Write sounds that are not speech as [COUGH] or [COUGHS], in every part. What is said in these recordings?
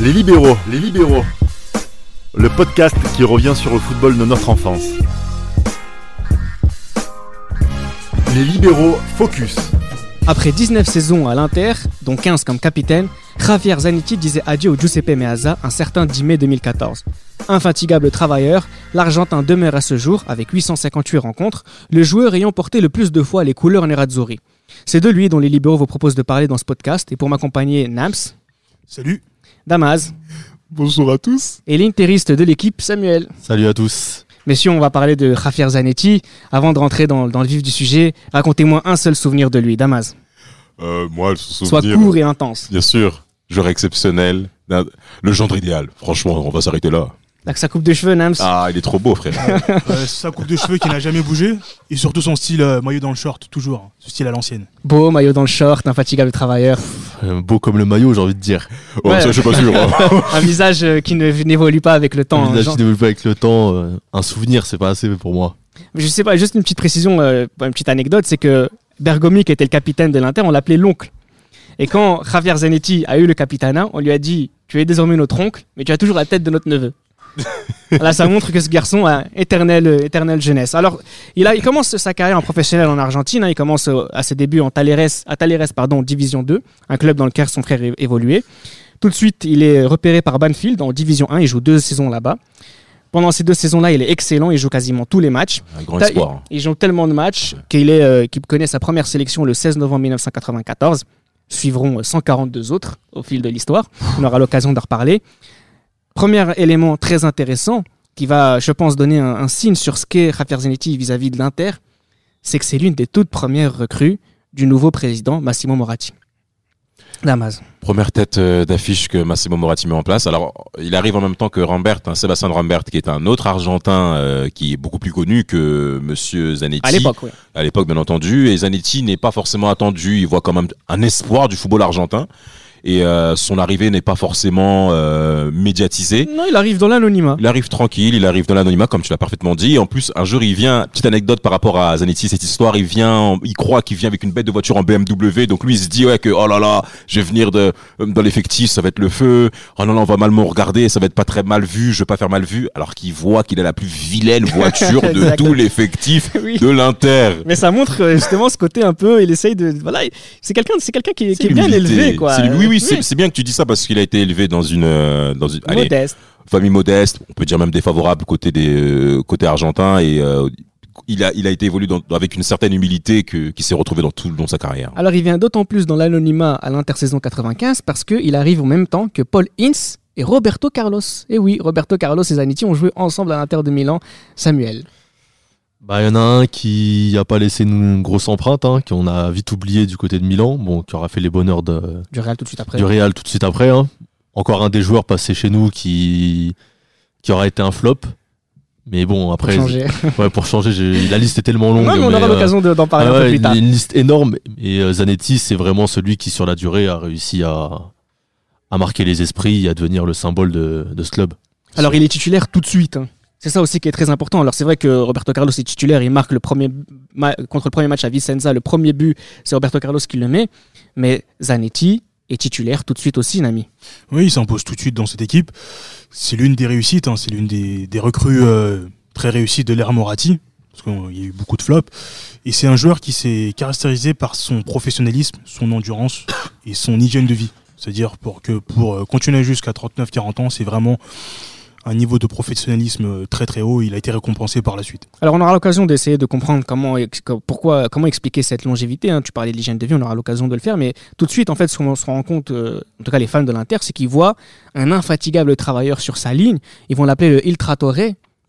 Les libéraux, les libéraux. Le podcast qui revient sur le football de notre enfance. Les libéraux focus. Après 19 saisons à l'Inter, dont 15 comme capitaine, Javier Zanetti disait adieu au Giuseppe Meazza un certain 10 mai 2014. Infatigable travailleur, l'Argentin demeure à ce jour, avec 858 rencontres, le joueur ayant porté le plus de fois les couleurs nerazzurri. C'est de lui dont les libéraux vous proposent de parler dans ce podcast, et pour m'accompagner, Nams, Salut. Damas Bonjour à tous. et l'intériste de l'équipe, Samuel. Salut à tous. Messieurs, on va parler de Javier Zanetti. Avant de rentrer dans, dans le vif du sujet, racontez-moi un seul souvenir de lui, Damas. Euh, moi, le souvenir. Soit court et intense. Bien sûr, joueur exceptionnel. d'un- Le gendre idéal. Franchement, on va s'arrêter là. Avec sa coupe de cheveux, Nams. Ah, il est trop beau, frère. Euh, sa coupe de cheveux qui n'a jamais bougé et surtout son style euh, maillot dans le short toujours hein, ce style à l'ancienne Beau, maillot dans le short, infatigable travailleur. Euh, beau comme le maillot, j'ai envie de dire. Oh, Ouais. ça, je suis pas sûr. hein. un visage euh, qui ne- n'évolue pas avec le temps. Un hein, visage genre- qui développe avec le temps, euh, un souvenir, c'est pas assez pour moi. Je sais pas, juste une petite précision, euh, une petite anecdote, c'est que Bergomi, qui était le capitaine de l'Inter, on l'appelait l'oncle. Et quand Javier Zanetti a eu le capitana, on lui a dit Tu es désormais notre oncle, mais tu as toujours la tête de notre neveu. Là, ça montre que ce garçon a éternelle, euh, éternelle jeunesse. Alors, il, a, il commence sa carrière en professionnel en Argentine. hein. il commence euh, à ses débuts en Talleres, à Talleres, pardon, Division 2, un club dans lequel son frère é- évoluait. Tout de suite, il est repéré par Banfield en Division 1. Il joue deux saisons là-bas. Pendant ces deux saisons-là, il est excellent. Il joue quasiment tous les matchs. [LAUGHS] Un grand T'as- espoir. Ils jouent tellement de matchs qu'il est, euh, qu'il connaît sa première sélection le 16 novembre 1994. Suivront euh, 142 autres au fil de l'histoire. On aura l'occasion d'en reparler. Premier élément très intéressant qui va, je pense, donner un, un signe sur ce qu'est Javier Zanetti vis-à-vis de l'Inter, c'est que c'est l'une des toutes premières recrues du nouveau président Massimo Moratti. Damas. Première tête euh, d'affiche que Massimo Moratti met en place. Alors, il arrive en même temps que Rambert, hein, Sébastien Rambert, qui est un autre Argentin euh, qui est beaucoup plus connu que Monsieur Zanetti. À l'époque, oui. à l'époque bien entendu et Zanetti n'est pas forcément attendu il voit quand même un espoir du football argentin et euh, son arrivée n'est pas forcément euh, médiatisée Non, il arrive dans [LAUGHS] l'anonymat. il arrive tranquille, il arrive dans l'anonymat, comme tu l'as parfaitement dit. Et en plus, un jour, il vient, petite anecdote par rapport à Zanetti, cette histoire, il vient, il croit qu'il vient avec une bête de voiture en BMW. Donc lui, il se dit, ouais, que, oh là là, je vais venir de, euh, dans l'effectif, ça va être le feu. Oh non, non, on va mal me regarder, ça va être pas très mal vu, je vais pas faire mal vu. Alors qu'il voit qu'il a la plus vilaine voiture [LAUGHS] de Exactement. tout l'effectif Oui. de l'Inter. Mais ça montre euh, justement ce côté un peu. Il essaye de. Voilà, c'est quelqu'un c'est quelqu'un qui, est- qui est bien l'humilité. élevé, quoi. C'est- oui, oui, c'est c'est bien que tu dis ça parce qu'il a été élevé dans une, euh, dans une allez, Modeste. famille modeste, on peut dire même défavorable côté des euh, côté argentin et euh, il a il a été évolué dans- avec une certaine humilité que qui s'est retrouvé dans tout le long de sa carrière. Alors il vient d'autant plus dans l'anonymat à l'intersaison 95 parce qu'il arrive en même temps que Paul Ince et Roberto Carlos. Et oui, Roberto Carlos et Zanetti ont joué ensemble à l'Inter de Milan. Samuel. Bah, il y en a un qui a pas laissé une une grosse empreinte, hein, qu'on a vite oublié du côté de Milan, bon, qui aura fait les bonheurs de, Du Real tout de suite après. du Real tout de suite après. hein. Encore un des joueurs passés chez nous qui, qui aura été un flop. Mais bon, Pour après, changer. ouais, pour changer, j'ai- la liste est tellement longue. Non, mais on aura euh, l'occasion de- d'en parler ah un peu ouais, plus une- tard. une, liste énorme. Et euh, Zanetti, c'est vraiment celui qui, sur la durée, a réussi à, à marquer les esprits et à devenir le symbole de, de ce club. Alors il est titulaire tout de suite. hein. C'est ça aussi qui est très important. Alors c'est vrai que Roberto Carlos est titulaire, il marque le premier ma- contre le premier match à Vicenza, le premier but, c'est Roberto Carlos qui le met. Mais Zanetti est titulaire tout de suite aussi, Nami. oui il s'impose tout de suite dans cette équipe c'est l'une des réussites hein, c'est l'une des, des recrues euh, très réussies de l'ère Morati parce qu'il y a eu beaucoup de flops et c'est un joueur qui s'est caractérisé par son professionnalisme son endurance [COUGHS] et son hygiène de vie c'est-à-dire pour que pour euh, continuer jusqu'à 39-40 ans c'est vraiment un niveau de professionnalisme euh, très très haut il a été récompensé par la suite Alors on aura l'occasion d'essayer de comprendre comment, ex- co- pourquoi, comment expliquer cette longévité. hein. Tu parlais de l'hygiène de vie, on aura l'occasion de le faire, mais tout de suite en fait ce qu'on se rend compte, euh, en tout cas les fans de l'Inter, c'est qu'ils voient un infatigable travailleur sur sa ligne. Ils vont l'appeler le Il Trattore,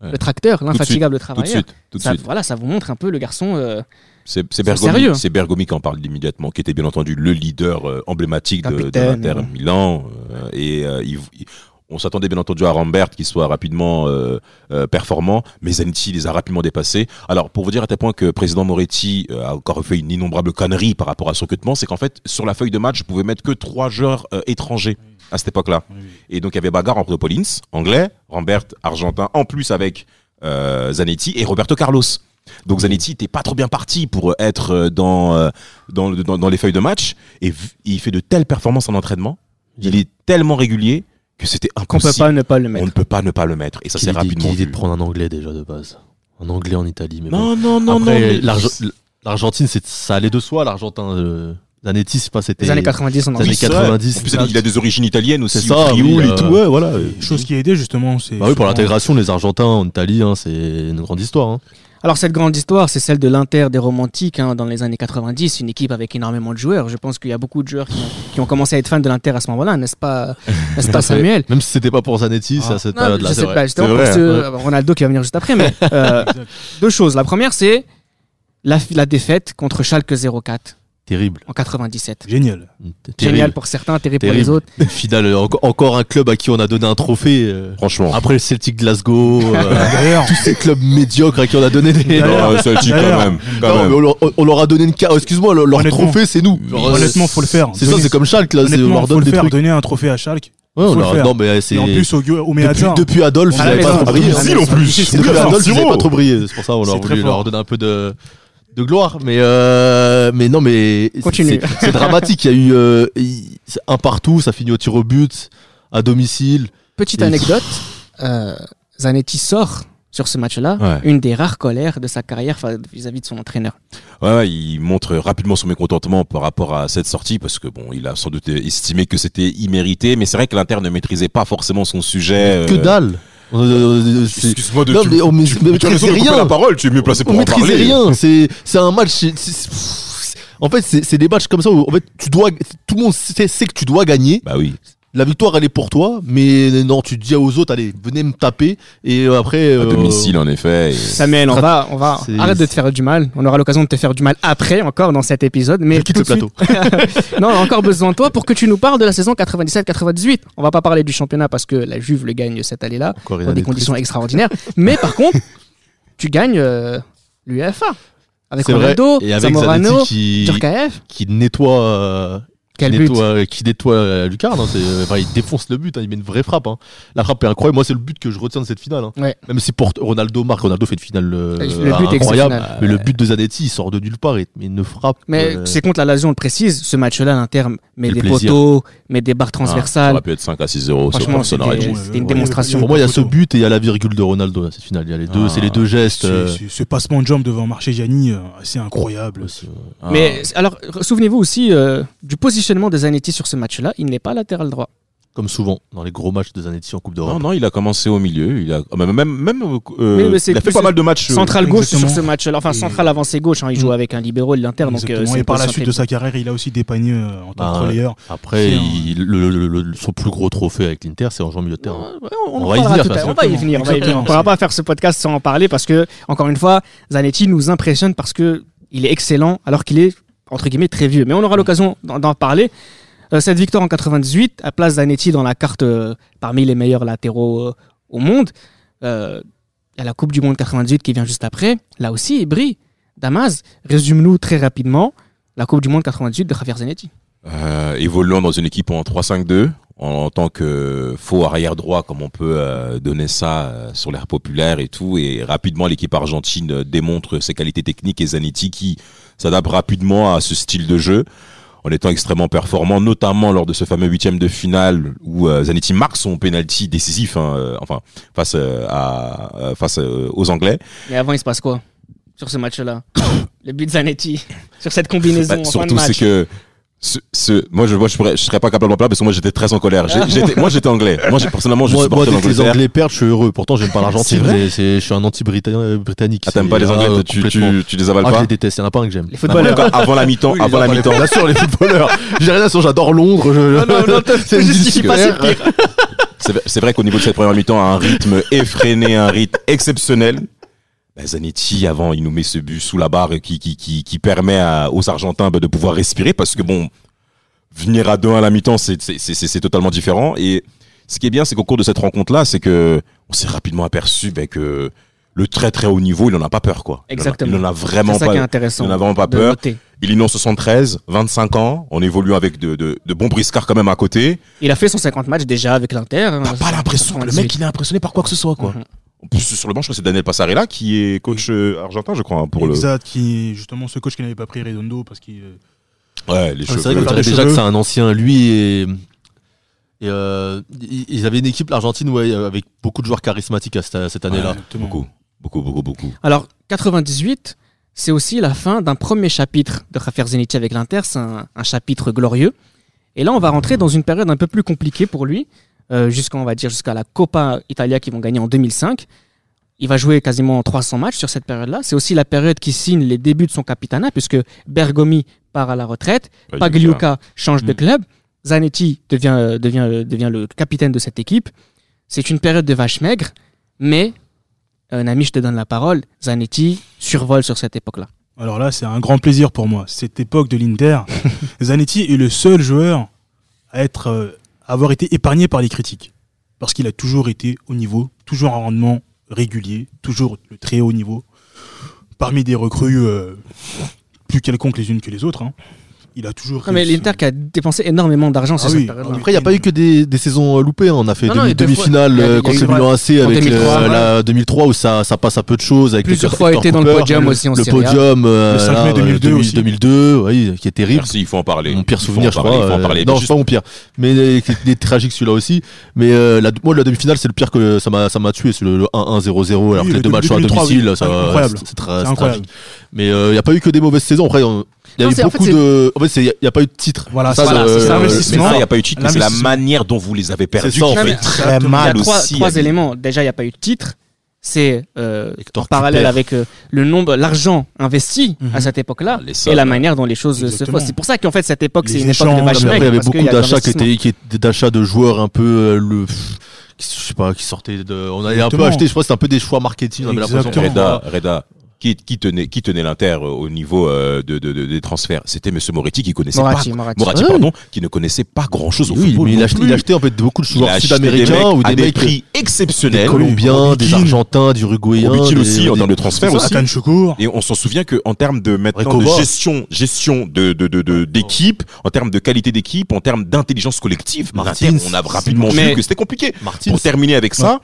le tracteur, l'infatigable Tout de travailleur. suite, tout de Ah, bah, Ça, suite. voilà, ça vous montre un peu le garçon. euh, C'est c'est c'est Bergomi, sérieux. c'est Bergomi qui en parle immédiatement, qui était bien entendu le leader euh, emblématique de, de Capitaine, l'Inter ouais. Milan euh, et euh, il- il- on s'attendait bien entendu à Rambert qui soit rapidement euh, euh, performant, mais Zanetti les a rapidement dépassés. Alors pour vous dire à tel point que président Moretti euh, a encore fait une innombrable connerie par rapport à son recrutement, c'est qu'en fait sur la feuille de match, je pouvais mettre que trois joueurs euh, étrangers à cette époque-là. Et donc il y avait bagarre entre Paulins, anglais, Rambert, argentin, en plus avec euh, Zanetti et Roberto Carlos. Donc Zanetti n'était pas trop bien parti pour être euh, dans, euh, dans, le- dans- dans les feuilles de match. Et vu- il fait de telles performances en entraînement. Il est tellement régulier que c'était Qu'on peut impossible. pas ne pas le on ne mettre. peut pas ne pas le mettre. Et ça Quelle s'est idée- rapidement quelle idée vu. de prendre un anglais déjà de base. Un anglais en Italie. Mais Non, non, bon. non, Après, non. mais- l'Arge- l'Argentine, c'est- ça allait de soi. L'Argentin, euh, Zanetti, c'est pas c'était. Les années 90, on en les années Oui, c'est vrai. 90, En plus, il a des origines italiennes aussi. C'est ça, Frioul oui, et euh, tout. Ouais, voilà. Chose qui a aidé justement, c'est. Bah oui, pour souvent- l'intégration, les Argentins en Italie, hein, c'est une grande histoire. hein. Alors cette grande histoire, c'est celle de l'Inter des romantiques hein, dans les années 90, une équipe avec énormément de joueurs. Je pense qu'il y a beaucoup de joueurs qui ont, qui ont commencé à être fans de l'Inter à ce moment-là, n'est-ce pas, n'est-ce [LAUGHS] pas Samuel Même si c'était pas pour Zanetti, Ah. c'est à cette Non, période-là. je c'est sais vrai. pas, justement, C'est vrai, hein. parce que euh, Ronaldo qui va venir juste après. [LAUGHS] Mais euh, Exact. deux choses. La première, c'est la, la défaite contre Schalke 04 Terrible. en 97. Génial. Génial Terrible. pour certains, terrible, Terrible. [LAUGHS] pour les autres. Fidal, euh, enco- encore un club à qui on a donné un trophée. euh, Franchement. après le Celtic Glasgow, [LAUGHS] euh, D'ailleurs, tous ces clubs médiocres à qui on a donné des. D'ailleurs, Non, ça, tu, quand d'ailleurs. même. quand Non, même. mais on leur, on leur a donné une carte. Excuse-moi, leur, leur Honnêtement. trophée, c'est nous. Genre, euh, honnêtement, faut le faire. C'est ça, Donner- c'est comme Schalke, là. c'est- On Honnêtement, leur faut donne le des faire, trucs. donner un trophée à Schalke. Ouais, on faut le leur- faire. Non, mais euh, c'est. Et en plus, au, au Depuis, Meazza, depuis Adolphe, On ils a n'avaient raison, pas trop on a brillé. raison. hein. Zil, en plus. Depuis C'est très fort, Adolphe, ils n'avaient Ziro. pas trop brillé. C'est pour ça qu'on leur C'est très voulu leur fort. donner un peu de, de gloire. Mais, euh, mais non, mais. c'est- Continue. c'est- C'est dramatique. Il y a eu euh, il- c'est un partout, ça finit au tir au but, à domicile. Petite Et- anecdote, euh, Zanetti sort sur ce match-là, Ouais. une des rares colères de sa carrière fa- vis-à-vis de son entraîneur. Ouais, ouais, il montre rapidement son mécontentement par rapport à cette sortie parce que bon, il a sans doute estimé que c'était immérité, mais c'est vrai que l'Inter ne maîtrisait pas forcément son sujet. Que euh, dalle. On- euh, c'est- Excuse-moi de. Non, tu- mais on tu- maîtrise tu as raison de couper rien. la parole, tu es mieux placé pour on en maîtrisait parler. rien. C'est c'est un match. c'est- c'est- pff, En fait, c'est c'est des matchs comme ça où en fait, tu dois, tout le monde sait, sait que tu dois gagner. Bah oui. La victoire, elle est pour toi, mais non, tu dis aux autres, allez, venez me taper. Et euh, après, À euh, domicile, en effet. et- Samuel, on va, on va [LAUGHS] C'est- arrête de te faire du mal. On aura l'occasion de te faire du mal après, encore dans cet épisode. Mais je quitte tout le de plateau. suite- [LAUGHS] non, on a encore besoin de toi pour que tu nous parles de la saison 97-98. On va pas parler du championnat parce que la Juve le gagne cette année-là Encore une dans des année conditions extraordinaires. Mais par contre, tu gagnes euh, l'UEFA avec C'est vrai. Ronaldo, et avec Zamorano, Zanetti qui, Djorkaeff. qui nettoie, euh, Quel qui but nettoie, qui nettoie la lucarne. hein, c'est- euh, enfin, il défonce le but. hein, il met une vraie frappe. hein. La frappe est incroyable. Moi, c'est le but que je retiens de cette finale. hein. Ouais. Ah, Même si Porto- Ronaldo marque, Ronaldo fait une finale Le euh, but est incroyable. exceptionnel. Mais le but de Zanetti, il sort de nulle part et mais il ne frappe. Mais euh, c'est contre la Lazio, on le précise. Ce match-là, l'Inter met Quel des plaisir. poteaux, met des barres Ah, ça transversales. aurait pu être 5 à 6 euros. Franchement, ça aurait c'était dû. Ouais, c'était une ouais, démonstration. pour moi, il y a ce but et il y a la virgule de Ronaldo là, cette finale. Il y a les deux, Ah. c'est les deux gestes. ce, euh, ce- ce passement de jambe devant Marchegiani, euh, assez incroyable. c'est- Ah. Mais alors, souvenez-vous aussi euh, du positionnement de Zanetti sur ce match-là. Il n'est pas latéral droit. comme souvent dans les gros matchs de Zanetti en Coupe Ah. d'Europe. Non, non, il a commencé au milieu. Il a ah, même, même, même, euh, Oui, mais c'est il a fait plus pas mal de matchs. euh, Central gauche exactement. sur ce match-là. Enfin, Et- Mm. central avancé gauche. hein. il joue avec un libéraux de l'Inter. Donc, euh, Exactement. c'est et une par la position suite de sa carrière, il a aussi des paniers euh, en tant Bah, que relayeur. Après, C'est un- il- le- le- le- son plus gros trophée avec l'Inter, c'est en Jean milieu de terrain. Ouais, on, On en va y parlera venir, tout à parce l'heure. que- on va y venir. on va y venir. Exactement. On ne pourra pas faire ce podcast sans en parler parce que, encore une fois, Zanetti nous impressionne parce que il est excellent alors qu'il est, entre guillemets, très vieux. Mais on aura l'occasion d'en d'en parler. Euh, cette victoire en 98 à place Zanetti dans la carte euh, parmi les meilleurs latéraux euh, au monde. Euh, Il y a la Coupe du Monde 98 qui vient juste après. Là aussi, il brille. Damas, résume-nous très rapidement la Coupe du Monde 98 de Javier Zanetti. euh, évoluant dans une équipe en 3-5-2 en, tant que faux arrière droit comme on peut euh, donner ça euh, sur l'air populaire et tout et rapidement l'équipe argentine euh, démontre ses qualités techniques et Zanetti qui s'adapte rapidement à ce style de jeu en étant extrêmement performant notamment lors de ce fameux huitième de finale où euh, Zanetti marque son penalty décisif hein, euh, enfin face euh, à euh, face euh, aux Anglais Mais avant, il se passe quoi sur ce match-là [COUGHS] Le but de Zanetti sur cette combinaison Bah, en fin de surtout, match. c'est que. Ce, ce- moi, je, moi, je, pourrais- je serais pas capable de m'en plaindre parce que moi, j'étais très en colère. J'ai- j'étais- moi, j'étais anglais. Moi, j'ai- personnellement, je moi, moi, supportais dès que les l'Angleterre. Anglais perdent, je suis heureux. Pourtant, j'aime pas l'Argentine. C'est vrai mais c'est- Je suis un anti-britannique. Ah, t'aimes pas les Anglais, toi, tu, tu, tu les avales euh, Ah, je pas les déteste. Il y en a pas un que Les j'aime. Non, mais en footballeurs. tout cas, Avant la mi-temps, avant la mi-temps. [LAUGHS] Bien sûr, les footballeurs. J'ai rien à dire, j'adore Londres. Je... Non, non, [LAUGHS] non, C'est une justifie pas, c'est disque. C'est vrai- c'est vrai qu'au niveau de cette première mi-temps, à un rythme effréné, un rythme exceptionnel. Bah, Zanetti, avant, il nous met ce but sous la barre qui, qui, qui, qui permet à- aux Argentins bah, de pouvoir respirer parce que bon, venir à 2 à la mi-temps, c'est- c'est c'est- c'est- c'est totalement différent. Et ce qui est bien, c'est qu'au cours de cette rencontre-là, c'est que on s'est rapidement aperçu bah, que le très très haut niveau, il n'en a pas peur quoi. Il en a- Exactement. Il n'en a, C'est vraiment ça qui est pas. intéressant. Il n'en a vraiment pas de peur. noter. Il est né en 73, 25 ans, en évoluant avec de, de, de bons briscards quand même à côté. Il a fait son 50 matchs déjà avec l'Inter. hein, T'as pas l'impression que le 98. mec il est impressionné par quoi que ce soit quoi. Mhm. En plus sur le banc, je crois que c'est Daniel Passarella qui est coach euh, argentin, je crois, hein, pour Exact, qui est justement ce coach qui n'avait pas pris Redondo parce qu'il. euh, le. Ouais, les Ah, C'est cheveux. vrai qu'on Faire dirait des déjà que cheveux. c'est un ancien. Lui et. Et euh, ils ils avaient une équipe, l'Argentine, ouais, euh, avec beaucoup de joueurs charismatiques à cette, cette année-là. Exactement. Beaucoup, beaucoup, beaucoup, beaucoup. Alors, 98, c'est aussi la fin d'un premier chapitre de Rafael Zeniti avec l'Inter. C'est un, un chapitre glorieux. Et là, on va rentrer dans une période un peu plus compliquée pour lui, euh, jusqu'en, on va dire, jusqu'à la Coppa Italia qu'ils vont gagner en 2005. Il va jouer quasiment 300 matchs sur cette période-là. C'est aussi la période qui signe les débuts de son capitana, puisque Bergomi part à la retraite, hein. Pagliuca change de Mm. club, Zanetti devient, euh, devient, euh, devient le capitaine de cette équipe. C'est une période de vache maigre, mais, euh, Nami, je te donne la parole, Zanetti survole sur cette époque-là. Alors là, c'est un grand plaisir pour moi. Cette époque de l'Inter, Zanetti est le seul joueur à être, euh, à avoir été épargné par les critiques. Parce qu'il a toujours été au niveau, toujours un rendement régulier, toujours le très haut niveau. Parmi des recrues euh, plus quelconques les unes que les autres, hein, il a toujours. Non, Ah, mais réussi. l'Inter qui a dépensé énormément d'argent sur Ah cette oui, période-là. ah oui. Après, il n'y a pas eu que des, des saisons euh, loupées. hein. On a fait Non, non, demi, et deux fois- demi-finale il y a- il y a euh, eu contre le vrai- Milan AC en avec le- 2003, la 2003 où ça, ça passe à peu de choses. Avec Plusieurs le fois Hector été dans le Cooper, podium aussi en Le Serie A. podium euh, Le 5 mai là, euh, 2002 2000- aussi. 2002, oui, qui est terrible. Merci, il faut en parler. Mon pire Il faut souvenir, en je crois. parler, Il faut en euh, parler. Mais non, c'est juste- pas mon pire. Mais euh, c'est- il est tragique celui-là aussi. Mais euh, la, moi, la demi-finale, c'est le pire que ça m'a, ça m'a tué. C'est le, le 1-1-0-0. Oui, Alors que les le deux matchs sont à 2003, oui. domicile. ça, euh, Incroyable. C'est, c'est tra- C'est c'est incroyable. tragique. Mais euh, il n'y a pas eu que des mauvaises saisons. Après, on- il y a Non, eu c'est- en fait, beaucoup c'est- de. En fait, c'est- il n'y a pas eu de titre. Voilà, Ça, c'est le- c'est le- un Mais investissement. euh, ça, il n'y a pas eu de titre, mais c'est la L'investissement. manière dont vous les avez perdus. ça, en qui fait. très Il y a Il y a mal trois, aussi. euh, trois à- éléments. Déjà, il n'y a pas eu de titre. C'est euh, Hector en parallèle Cooper. avec euh, le nombre, l'argent investi Mhm. à cette époque-là Ah, les et sommes. la manière dont les choses euh, Exactement. se font. C'est pour ça qu'en fait, cette époque, Les c'est une époque de échanges, vache Après, il y maigre, avait parce qu'il beaucoup y a de d'achats qui l'investissement. étaient, qui étaient d'achats de joueurs un peu euh, le. pff, qui- Je sais pas, qui sortaient de. On allait un peu Exactement. acheter, je crois que c'était un peu des choix marketing. On avait l'impression Exactement. Reda, Reda. Qui, qui tenait, qui tenait l'Inter euh, au niveau euh, de, de- de- des transferts C'était Monsieur Moretti qui connaissait Moratti, pas Moratti. Moratti, Ouais. pardon, qui ne connaissait pas grand chose au Oui, football. mais il non achetait, plus. il achetait en fait beaucoup de Il a joueurs acheté sud-américains mecs ou à des mecs. euh, prix des exceptionnels. Colombiens, des Robinquin. Argentins, des Uruguayens. Robinquin des- aussi, en des- termes de transfert aussi. Akan Choukour. Et on s'en souvient qu'en termes de maintenant de Recover. gestion, gestion de de- de- de- d'équipe, en termes de qualité d'équipe, en termes d'intelligence collective, Martins, l'Inter, on a rapidement c'est- mais- vu que c'était compliqué. Martins. Pour terminer avec ça,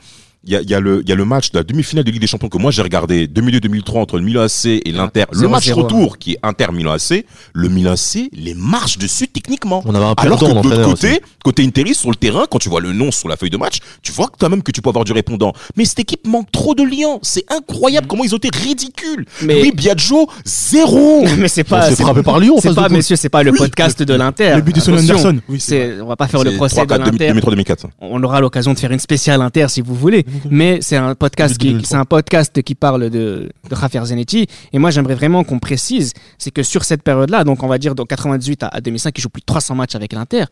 il y a, il y a le il y a le match de la demi-finale de Ligue des Champions que moi j'ai regardé 2002-2003 entre le Milan AC et l'Inter. Le 0-0, match hein. retour qui est Inter Milan AC, le Milan AC les marche dessus techniquement. On avait un Alors que perdant en de l'autre entraîneur côté, côté Interis, sur le terrain, quand tu vois le nom sur la feuille de match, tu vois quand même que tu peux avoir du répondant. Mais cette équipe manque trop de liens. C'est incroyable comment ils ont été ridicules. Mais- Oui, Biagio, zéro. mais c'est On pas, s'est bah, c'est- frappé par Lyon en c'est face pas, de Pau. messieurs, c'est pas le podcast de l'Inter. Le but de Son Attention. Anderson. Oui, c'est C'est- on va pas [LAUGHS] faire le C'est procès 3-4, de l'Inter. 2003-2004. on aura l'occasion de faire une spéciale Inter si vous voulez, mais c'est un podcast qui 2003. c'est un podcast qui parle de de Rafael Zanetti et moi j'aimerais vraiment qu'on précise c'est que sur cette période-là donc on va dire de 98 à, à 2005 il joue plus de 300 matchs avec l'Inter.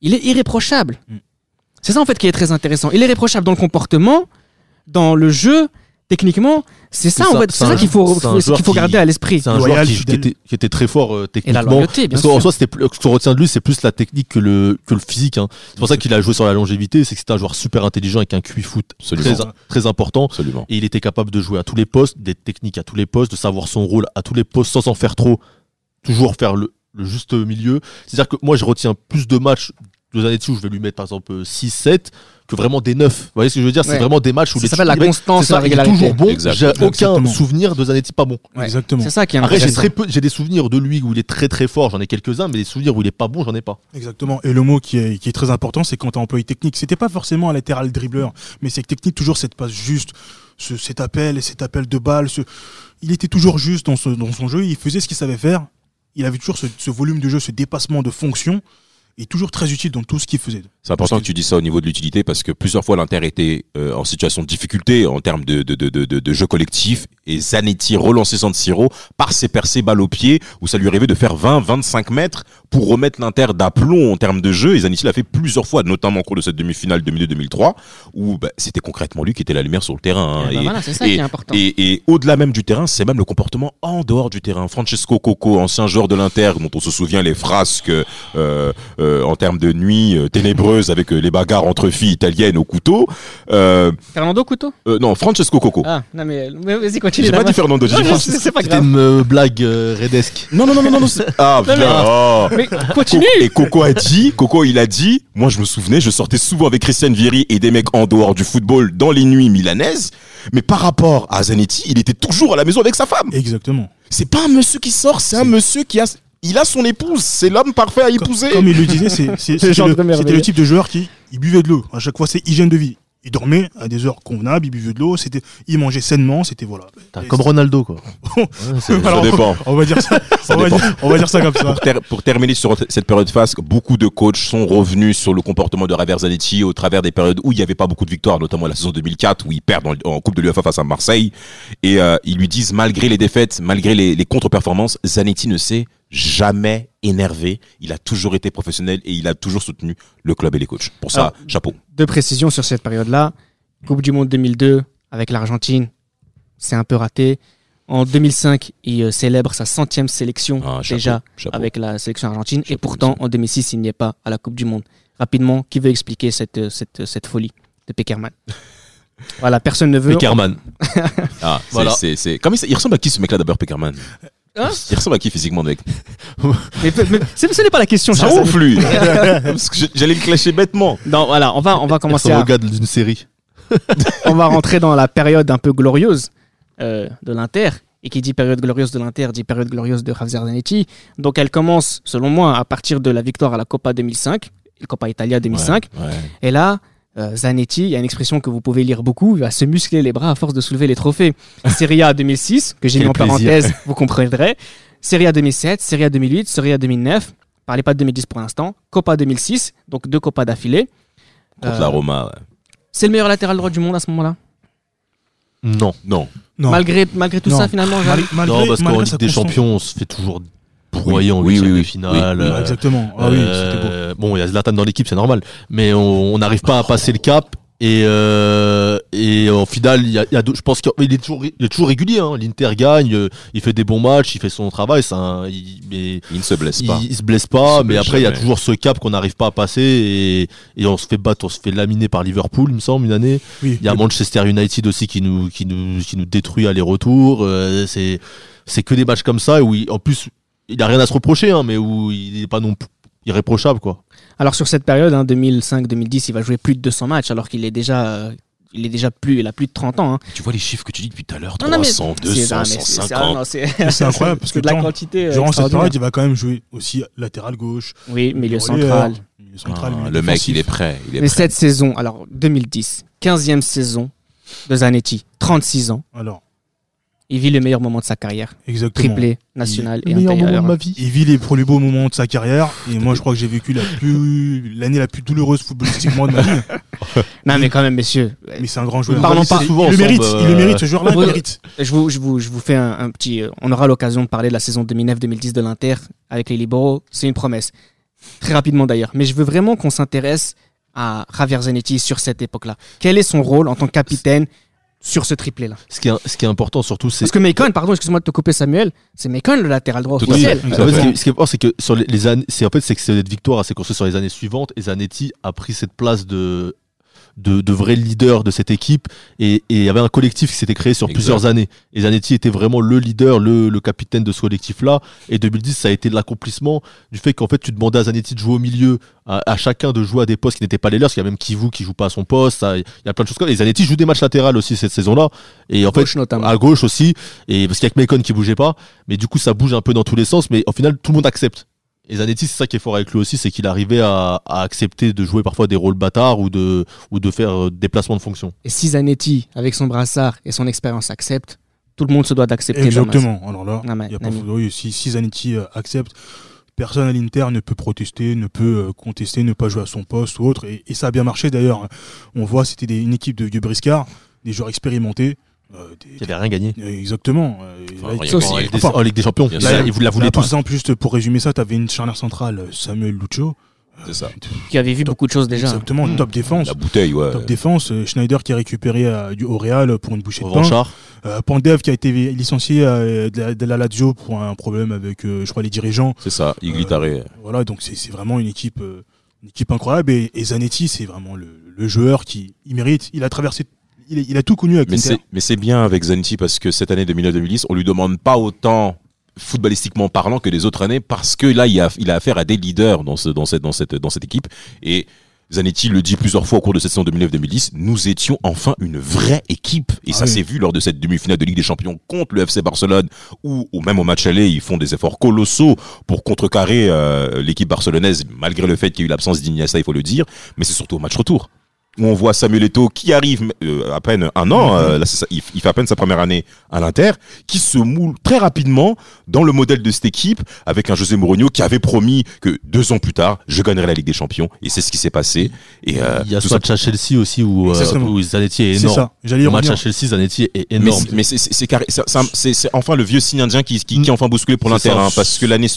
Il est irréprochable. Mm. C'est ça en fait qui est très intéressant. Il est irréprochable dans le comportement, dans le jeu, techniquement, c'est ça, C'est en ça, fait, c'est c'est un ça qu'il faut joueur- c'est un qu'il faut joueur garder qui- à l'esprit. C'est un Loyal, joueur qui, qui fidèle. était, qui était très fort euh, Et la techniquement. loyauté bien Parce qu'en sûr. soi, c'était plus- ce qu'on retient de lui, c'est plus la technique que le, que le physique. hein. C'est pour ça qu'il a joué sur la longévité. C'est que c'était un joueur super intelligent avec un QI foot très, Absolument. très important. Absolument. Et il était capable de jouer à tous les postes, des techniques à tous les postes, de savoir son rôle à tous les postes sans en faire trop. Toujours faire le, le juste milieu. C'est-à-dire que moi, je retiens plus de matchs de Zanetti où je vais lui mettre par exemple 6-7 que vraiment des 9. Vous voyez ce que je veux dire C'est Ouais. vraiment des matchs où Ça les s'appelle la les mecs- constance, c'est ça, la il est régularité. toujours bon. Exact. J'ai aucun Exactement. souvenir de Zanetti pas bon. Ouais. Exactement. C'est ça qui est Après, j'ai intéressant. très peu, j'ai des souvenirs de lui où il est très très fort, j'en ai quelques-uns, mais des souvenirs où il est pas bon, j'en ai [LAUGHS] pas. Exactement. Et le mot qui est, qui est très important, c'est quand tu as employé technique. C'était pas forcément un latéral dribbleur, mais c'est que technique, toujours cette passe juste, ce- cet appel et cet appel de balle. ce- Il était toujours juste dans, ce- dans son jeu, il faisait ce qu'il savait faire. Il avait toujours ce, ce volume de jeu, ce dépassement de fonction, et toujours très utile dans tout ce qu'il faisait. C'est important que tu dis ça au niveau de l'utilité parce que plusieurs fois l'Inter était euh, en situation de difficulté en termes de, de, de, de, de- de jeu collectif et Zanetti relançait San Siro par ses percées balle au pied où ça lui rêvait de faire 20-25 mètres pour remettre l'Inter d'aplomb en termes de jeu et Zanetti l'a fait plusieurs fois notamment au cours de cette demi-finale 2002-2003 où bah, c'était concrètement lui qui était la lumière sur le terrain hein. Eh ben Et- voilà, c'est ça qui est important. et, et au-delà même du terrain, c'est même le comportement en dehors du terrain. Francesco Coco, ancien joueur de l'Inter, dont on se souvient les frasques euh, euh, en termes de nuit euh, ténébreuse avec euh, les bagarres entre filles italiennes au couteau. Euh, Fernando Couto euh, non, Francesco Coco. Ah, non mais, mais vas-y continue. j'ai pas Damien. dit Fernando, j'ai dit Non, Fran- c'est c'est pas C'était grave. une euh, blague euh, [LAUGHS] redesque. Non, non, non, non, non, non, c'est- Ah, Non, mais- putain, oh. Mais Coco- continue. Et Coco a dit, Coco il a dit, moi je me souvenais, je sortais souvent avec Christian Vieri et des mecs en dehors du football dans les nuits milanaises, mais par rapport à Zanetti, il était toujours à la maison avec sa femme. Exactement. C'est pas un monsieur qui sort, c'est un monsieur qui a il a son épouse. C'est l'homme parfait à épouser. Comme il le disait, c'est- c'est- C'est le genre c'était de le, c'était merveilleux. le type de joueur qui il buvait de l'eau. À chaque fois, c'est hygiène de vie. Il dormait à des heures convenables, il buvait de l'eau, c'était, il mangeait sainement, c'était voilà. T'as Et comme [LAUGHS] Ronaldo, quoi. Ouais, c'est- [LAUGHS] Ça Alors, dépend. On va dire ça. on, Ça va dépend. dire, on va dire ça comme ça. Pour, ter- pour terminer sur cette période face, beaucoup de coachs sont revenus sur le comportement de Raver Zanetti au travers des périodes où il n'y avait pas beaucoup de victoires, notamment la saison 2004 où ils perdent en, en Coupe de l'UEFA face à Marseille. Et euh, ils lui disent, malgré les défaites, malgré les, les contre-performances, Zanetti ne s'est jamais énervé. Il a toujours été professionnel et il a toujours soutenu le club et les coachs. Pour ça, Alors, chapeau. Deux précisions sur cette période-là. Coupe du Monde 2002 avec l'Argentine, c'est un peu raté. En 2005, il euh, célèbre sa centième sélection Ah, chapeau, déjà chapeau. avec la sélection argentine. et Chapeau, pourtant, en 2006, il n'y est pas à la Coupe du Monde. Rapidement, qui veut expliquer cette, euh, cette, euh, cette folie de Peckerman [LAUGHS] Voilà, personne ne veut. Peckerman. Ah, c'est- Voilà. c'est- c'est- Comme il, il ressemble à qui ce mec-là d'abord, Peckerman Hein Il ressemble à qui [LAUGHS] physiquement, mec Mais, peu- mais c'est- ce n'est pas la question, Ça Charles. ouf, lui [LAUGHS] Parce que je- J'allais le clasher bêtement. Non, voilà, on va, on va C'est commencer le à, gars d'une série. on va rentrer dans la période un peu glorieuse euh, de l'Inter. Et qui dit période glorieuse de l'Inter dit période glorieuse de Javier Zanetti. Donc elle commence, selon moi, à partir de la victoire à la Coppa 2005, la Coppa Italia 2005. Ouais, ouais. Et là, euh, Zanetti, il y a une expression que vous pouvez lire beaucoup, il va se muscler les bras à force de soulever les [LAUGHS] trophées. Serie A 2006, que j'ai mis Quel en plaisir. parenthèse, vous comprendrez. Serie A 2007, Serie A 2008, Serie A 2009. Parlez pas de 2010 pour l'instant. Copa 2006, donc deux Copas d'affilée. Contre Euh, la Roma, ouais. C'est le meilleur latéral droit du monde à ce moment-là. Non. Non. Non. Malgré, malgré tout Non. ça, finalement, j'ai- Mal- malgré- non, parce qu'en malgré Ligue sa des constance- Champions, on se fait toujours broyer en Oui, oui, oui, huitième de oui. finale. Oui, Oui, euh, exactement. Ah oui, c'était beau. euh, bon, il y a Zlatan dans l'équipe, c'est normal. Mais on on n'arrive pas à passer le cap. Et, euh, et en finale, il y a, il y a deux- je pense qu'il il est, toujours ré- il est toujours régulier. hein. L'Inter gagne, euh, il fait des bons matchs, il fait son travail. c'est un- il- mais Il ne se blesse il, pas. il se blesse Il pas, se mais blesse après il y a jamais. toujours ce cap qu'on n'arrive pas à passer et, et on se fait battre, on se fait laminer par Liverpool, il me semble, une année. Oui. Il y a Manchester United aussi qui nous, qui nous, qui nous détruit aller-retour. euh, c'est, c'est que des matchs comme ça où, il- en plus, il n'a rien à se reprocher, hein, mais où il n'est pas non plus irréprochable, quoi. Alors sur cette période, hein, 2005-2010, il va jouer plus de 200 matchs alors qu'il est déjà, euh, il est déjà plus, il a plus de 30 ans. hein. Tu vois les chiffres que tu dis depuis tout à l'heure Non, non, mais- 300, C'est- ah, 200, mais c'est- c'est- ah, 150. non, c'est C'est incroyable [LAUGHS] parce c'est que de la durant, quantité. euh, durant cette extraordinaire. période, il va quand même jouer aussi latéral gauche, Oui, milieu voleur, central. milieu Ah, central, milieu le mec, défensif. il est prêt. Il est Mais prêt. cette saison, alors 2010, 15e saison de Zanetti, 36 ans, Alors, il vit le meilleur moment de sa carrière, exactement. triplé, national et Le meilleur moment intérieur. de ma vie. Il vit les premiers beaux moments de sa carrière et moi je crois que j'ai vécu la plus l'année la plus douloureuse footballistiquement de ma vie. Non mais quand même, messieurs, Mais c'est un grand joueur. Parlons Il pas- le souvent ensemble, mérite, il le euh, mérite ce joueur-là, il le Bruno- mérite. je vous, je vous, je vous fais un, un petit... euh, on aura l'occasion de parler de la saison 2009-2010 de l'Inter avec les libéraux, c'est une promesse. Très rapidement d'ailleurs, mais je veux vraiment qu'on s'intéresse à Javier Zanetti sur cette époque-là. Quel est son rôle en tant que capitaine sur ce triplé-là Ce qui, est, ce qui est important surtout, c'est Parce que Macon, pardon, excuse-moi de te couper Samuel, c'est Macon le latéral droit Tout à officiel. fait. En Tout à fait, ce, fait. qui est, ce qui est fort, c'est que sur les, les années, c'est en fait c'est que cette victoire s'est construite sur les années suivantes et Zanetti a pris cette place de de, de vrai leader de cette équipe et et il y avait un collectif qui s'était créé sur Exact. plusieurs années et Zanetti était vraiment le leader, le, le capitaine de ce collectif là et 2010 ça a été l'accomplissement du fait qu'en fait tu demandais à Zanetti de jouer au milieu, à, à chacun de jouer à des postes qui n'étaient pas les leurs, parce qu'il y a même Kivu qui joue pas à son poste, ça, il y a plein de choses comme ça. Et Zanetti joue des matchs latérales aussi cette saison là et en fait Gauche notamment. à gauche aussi et parce qu'il y a que Macon qui bougeait pas mais du coup ça bouge un peu dans tous les sens mais au final tout le monde accepte et Zanetti c'est ça qui est fort avec lui aussi c'est qu'il arrivait à, à accepter de jouer parfois des rôles bâtards ou de, ou de faire euh, des placements de fonction Et si Zanetti, avec son brassard et son expérience, accepte, tout le monde se doit d'accepter. Damas. Exactement. Alors là, Ah, mais, il y a pas Nani. photo. Oui, Si, si Zanetti euh, accepte, personne à l'Inter ne peut protester, ne peut euh, contester, ne pas jouer à son poste ou autre. Et, et ça a bien marché d'ailleurs. hein. On voit, c'était des- une équipe de vieux briscards, des joueurs expérimentés. euh, des- il avait rien gagné des- Exactement. euh, et là, Enfin, rien ils- gagné. ils- en, Et Ligue des, enfin, en Ligue des Champions Bien il, a- sûr. il la là, voulait par tous exemple, juste pour résumer ça, tu avais une charnière centrale, euh, Samuel Lucho. C'est ça. Qui avait vu beaucoup de choses déjà. Hmm. Exactement, top défense. La bouteille, ouais. Top défense, euh, Schneider qui a récupéré euh, du au Real pour une bouchée de pain. Revanchard Euh, Pandev qui a été licencié euh, de, la, de la Lazio pour un problème avec, euh, je crois, les dirigeants. C'est ça. euh, Iglitaré. Voilà, donc c'est c'est vraiment une équipe, euh, une équipe incroyable. Et, et Zanetti, c'est vraiment le, le joueur qui il mérite. Il a traversé, il, il a tout connu avec Mais l'Inter. c'est, mais c'est bien avec Zanetti parce que cette année 2009-2010, on lui demande pas autant footballistiquement parlant que les autres années parce que là, il a, il a affaire à des leaders dans, ce, dans, cette, dans, cette, dans cette équipe. Et Zanetti le dit plusieurs fois au cours de cette saison 2009-2010, nous étions enfin une vraie équipe. Et Ah ça oui. s'est vu lors de cette demi-finale de Ligue des Champions contre le FC Barcelone, où ou même au match aller, ils font des efforts colossaux pour contrecarrer euh, l'équipe barcelonaise, malgré le fait qu'il y a eu l'absence d'Iniesta, il faut le dire. Mais c'est surtout au match retour, où on voit Samuel Eto'o qui arrive euh, à peine un an, Mm-hmm. euh, là, c'est ça, il, il fait à peine sa première année à l'Inter, qui se moule très rapidement dans le modèle de cette équipe, avec un José Mourinho qui avait promis que deux ans plus tard, je gagnerais la Ligue des Champions. Et c'est ce qui s'est passé. Et euh, Il y a tout ce ça- match à Chelsea aussi où, euh, Exactement. où Zanetti est C'est énorme. ça. J'allais y Le match revenir. à Chelsea, Zanetti est Mais énorme. c'est- mais c'est- c'est c'est carré- c'est- c'est un- c'est- c'est enfin le vieux signe indien qui, qui, qui est enfin bousculé pour C'est l'Inter, ça. hein, parce que l'année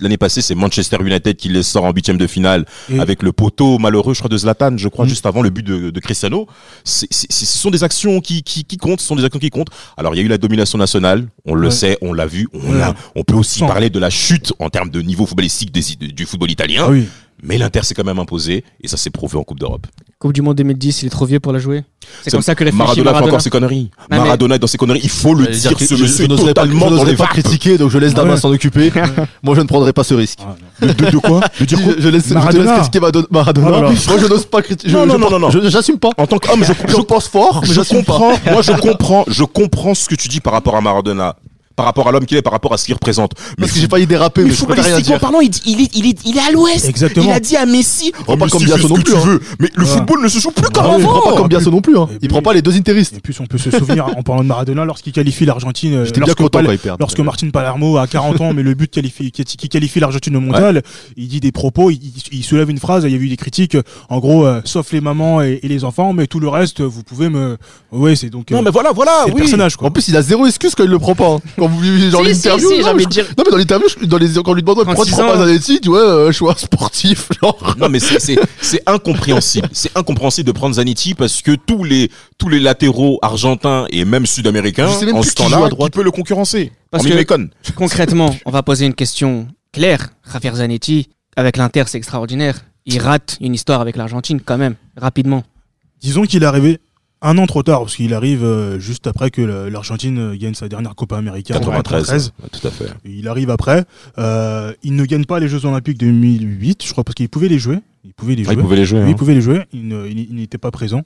l'année passée, c'est Manchester United qui les sort en huitième de finale Et- avec le poteau malheureux, je crois, de Zlatan, je crois, Mm. juste avant le but de, de Cristiano. C'est- c'est- c'est- ce sont des actions qui, qui, qui comptent, ce sont des actions qui comptent. Alors, il y a eu la domination nationale, on le Ouais. sait, on l'a vu, on, Ouais. a, on peut aussi Sans. parler de la chute en termes de niveau footballistique des, idées- du football italien, Ah oui. mais l'Inter s'est quand même imposé, et ça s'est prouvé en Coupe d'Europe. Coupe du Monde 2010, il est trop vieux pour la jouer. C'est C'est comme ça que réfléchit Maradona, fait Maradona. encore ses conneries. mais- Maradona est dans ses conneries, il faut le J'allais dire dire, que ce je- monsieur je est n'oserais pas- totalement je dans les n'oserais pas vapes. critiquer, donc je laisse Damas Ouais. s'en occuper. Moi, je ne prendrai pas ce risque. Ah, non. De, de- de quoi De dire [LAUGHS] Je- quoi je laisse je te Maradona. laisse critiquer Mado- Maradona. Oh là là. Moi, je n'ose pas critiquer. je- Non, je non, non, pense- non, non. je- J'assume pas. En tant qu'homme, je, Je pense fort, mais je j'assume pas. comprends. Moi, je comprends. Je comprends ce que tu dis par rapport à Maradona, par rapport à l'homme qu'il est, par rapport à ce qu'il représente. Mais Parce que j'ai failli déraper, mais mais je peux rien footballistiquement dire. parlant, il, il est, il, est, il est à l'ouest. Exactement. Il a dit à Messi, Prends pas Messi, comme bien fais son ce non que plus, tu hein. veux. Mais le Ouais. football ne se joue plus comme Ah oui, il prend pas avant. comme Biasson non plus. hein. Et Il puis- prend pas les deux interistes. Et puis on peut se souvenir en parlant de Maradona lorsqu'il qualifie l'Argentine, euh, J'étais bien lorsque, content Pal- quand ils perdent. lorsque Martin Palermo a 40 ans mais le but qualifi- qui qui qualifie l'Argentine au mondial, il dit des propos, il, il- il soulève une phrase, il y a eu des critiques, euh, en gros euh, sauf les mamans et, et les enfants, mais tout le reste euh, vous pouvez me, ouais c'est donc euh, Non, mais voilà, voilà, c'est le oui. personnage quoi. En plus, il a zéro excuse quand il le prend pas. hein. Quand vous lui dans Si, l'interview, si, si, j'ai non, mais envie je- de dire. non, mais dans l'interview, je- dans les- quand on lui demande ouais, pourquoi tu 36 prends pas ans. Zanetti, tu vois, euh, je suis un sportif, [LAUGHS] genre. Non mais c'est- c'est c'est incompréhensible. C'est incompréhensible de prendre Zanetti parce que tous les tous les latéraux argentins et même sud-américains Je sais même en plus ce qui joue à temps-là qui droite. peut le concurrencer. Parce on que- y méconne. Concrètement, on va poser une question claire. Javier Zanetti, avec l'Inter, c'est extraordinaire. Il rate une histoire avec l'Argentine quand même, rapidement. Disons qu'il est arrivé un an trop tard parce qu'il arrive euh, juste après que le- l'Argentine euh, gagne sa dernière Copa América en 93. Tout à fait. Il arrive après. Euh, il ne gagne pas les Jeux Olympiques de 2008, je crois, parce qu'il pouvait les jouer. Il pouvait les Ah, jouer. il pouvait les jouer. Oui, hein. il pouvait les jouer. Il ne- il- il n'était pas présent.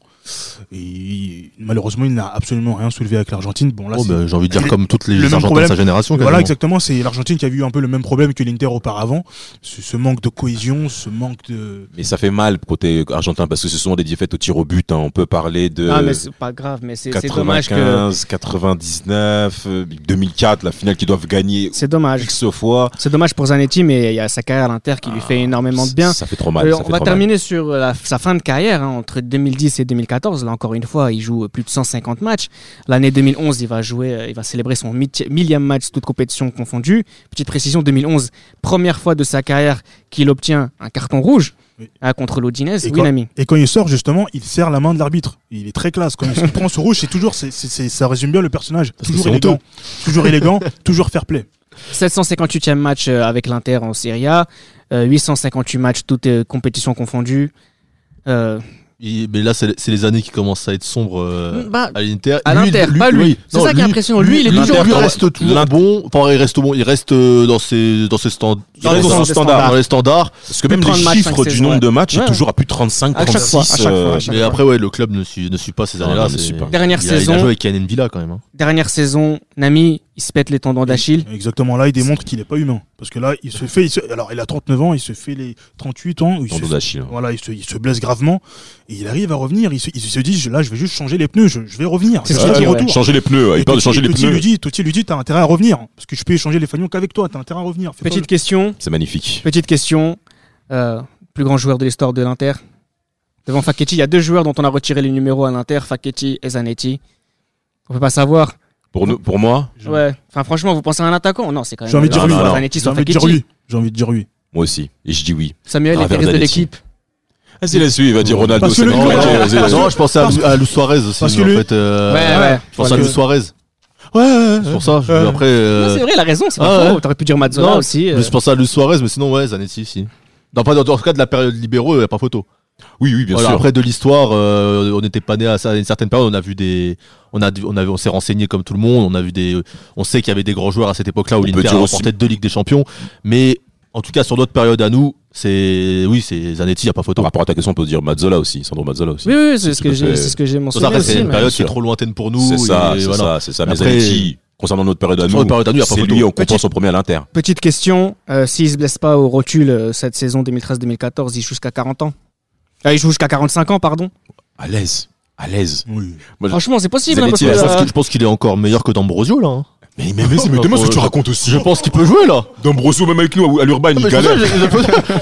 Et il- malheureusement, il n'a absolument rien soulevé avec l'Argentine. Bon, Oh, là, c'est- bah, j'ai envie de dire comme toutes Bah, les le même Argentins de problème. sa génération. voilà, exactement. C'est l'Argentine qui a eu un peu le même problème que l'Inter auparavant. Ce, ce manque de cohésion, ce manque de. Mais ça fait mal côté argentin parce que ce sont des défaites au tir au but. hein. On peut parler de Ah, mais c'est pas grave, mais c'est c'est dommage que. 95, 99, euh, 2004, la finale qu'ils doivent gagner C'est dommage. X fois. C'est dommage pour Zanetti, mais il y a sa carrière à l'Inter qui lui fait énormément de bien. Ça fait trop mal. Euh, ça on fait va trop terminer sur la- sa fin de carrière hein, entre 2010 et 2014. Là encore une fois, il joue euh, plus de 150 matchs. L'année 2011, il va jouer, euh, il va célébrer son miti- millième match toute compétition confondue. Petite précision, 2011, première fois de sa carrière qu'il obtient un carton rouge Oui. hein, contre l'Odinez. Et Oui, quand- Nami. Et quand il sort, justement, il serre la main de l'arbitre. Il est très classe. Quand [LAUGHS] il prend ce rouge, c'est toujours. c'est- c'est- c'est- ça résume bien le personnage. que toujours c'est élégant. Toujours [LAUGHS] élégant. Toujours fair play. 758e match euh, avec l'Inter en Serie A, euh, 858 matchs toutes euh, compétitions confondues. Euh, Mais là, c'est c'est les années qui commencent à être sombres. euh, bah, À l'Inter, À l'Inter, pas lui. oui. C'est Non, ça qui est impressionnant. Lui, il est l'Inter toujours bon. reste toujours L'Inter- bon. Enfin, il reste bon. Il reste euh, dans ses dans ses standards. Il reste dans son standard. Dans les standards. mal. Parce que même les 30 matchs, chiffres cinq du saisons, nombre ouais. de matchs est hein, Ouais. toujours à plus de 35, À 36. chaque fois, à chaque fois, à euh, chaque Mais après, ouais, le club ne suit ne suit pas ces Ah, Non, années-là. non, ne c'est- suit pas. Dernière il a- Il a saison. joué avec Yann Villa quand [LAUGHS] même. hein. dernière saison, Nami, il se pète les tendons d'Achille. Exactement, là, il démontre qu'il n'est pas humain. Parce que là, il se fait. il se- Alors, il a 39 ans, il se fait les 38 ans. Il se... Tendon d'Achille. Voilà, il se, il se blesse gravement. Et il arrive à revenir. Il se, il se dit je- là, je vais juste changer les pneus, je, je vais revenir. C'est Je ce vais qu'il être dit, de retour. Changer les pneus. ouais, Et Il parle de Totti- changer les Totti lui pneus. dit, Totti lui dit, t'as intérêt à revenir. Parce que je peux échanger les fanions qu'avec toi, t'as intérêt à revenir. Fais pas Petite question. C'est magnifique. Petite question. euh, plus grand joueur de l'histoire de l'Inter Devant Facchetti, il y a deux joueurs dont on a retiré les numéros à l'Inter, Facchetti et Zanetti. On peut pas savoir. Pour nous, pour moi, le- J'ai Ouais. Enfin, franchement, vous pensez à un attaquant Non, c'est quand même. J'ai envie de Non, dire lui. non, Non, non. Zanetti j'ai sans envie de Facchetti. dire lui. J'ai envie de dire lui. moi aussi. Et je dis oui. Ah, Samuel est Travers Pérez de Zanetti. l'équipe. Vas-y, laisse-lui. Il va dire Ronaldo. Parce que c'est le- bon, Ouais, vas-y, ouais, vas-y, parce vas-y. Non, je pensais à, parce- Lu- à Luis Suarez aussi. parce que mais lui- en fait, euh, Ouais, ouais. Je pensais à Parce Luis que- Suarez. Ouais, C'est pour ça. je- Après. euh, Non, c'est vrai, il a raison, c'est Ah pas ouais. faux. T'aurais pu dire Mazzola Non, aussi. euh. Mais je pensais à Luis Suarez, mais sinon, ouais, Zanetti, si. Non, pas dans, dans le cas de la période libéraux, il n'y a pas photo. Oui, oui, bien Voilà, sûr. Après de l'histoire, euh, on n'était pas né à ça- à une certaine période. On a vu des, on a, on avait, on s'est renseigné comme tout le monde. On a vu des, on sait qu'il y avait des grands joueurs à cette époque-là où On peut l'Inter a dire aussi- remporté deux ligues des champions. Mais en tout cas sur notre période à nous, C'est oui, c'est Zanetti, il n'y a pas photo. Par rapport à ta question, on peut dire Mazzola aussi, Sandro Mazzola aussi. Oui, oui, oui, c'est ce tout que à j'ai, fait- c'est ce que j'ai Ça, mentionné après, c'est aussi. une mais- période qui sûr. est trop lointaine pour nous. C'est ça, et c'est voilà. ça, c'est ça. Mais Après- Zanetti, concernant notre période à Sur nous, notre période à nous, il y a pas c'est photo. lui, on Petit- compense au premier à l'Inter. Petite question, euh, s'il se blesse pas au rotule euh, cette saison 2013-2014, il joue jusqu'à 40 ans Ah, Il joue jusqu'à 45 ans, pardon. À l'aise, à l'aise. Oui. Franchement, c'est possible. hein, Zanetti, parce Ouais, que, sauf euh, que je pense qu'il est encore meilleur que D'Ambrosio là. hein. Mais mais mais, mais demain, ce que tu racontes aussi. Je pense qu'il peut jouer là. D'Ambrosio même avec nous à, à l'Urban, Ah, mais il c'est ça, galère. je,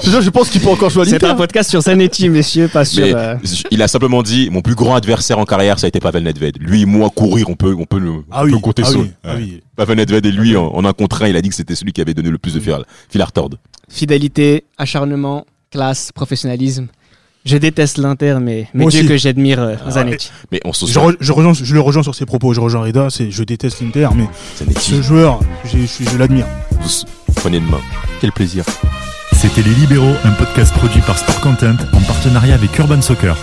je- je- je pense qu'il peut encore jouer à c'est l'Inter. un podcast sur Zanetti, messieurs, pas sur. Mais euh, il a simplement dit mon plus grand adversaire en carrière, ça a été Pavel Nedved. Lui et moi courir, on peut on peut le Ah on oui. peut compter ah sur. oui, ah Ouais. oui. Pavel Nedved et lui en, en un contre un, il a dit que c'était celui qui avait donné le plus de fil à, fil à retordre. Fidélité, acharnement, classe, professionnalisme. Je déteste l'Inter, mais, mais Moi Dieu aussi. Ah. que j'admire euh, Zanetti. Mais on se Je, re- je rejoins- je le rejoins sur ses propos. Je rejoins Reda. C'est, je déteste l'Inter, mais ce Zanetti, joueur, j'ai- je, je l'admire. vous prenez de main. Quel plaisir. C'était Les Libéraux, un podcast produit par Sport Content en partenariat avec Urban Soccer.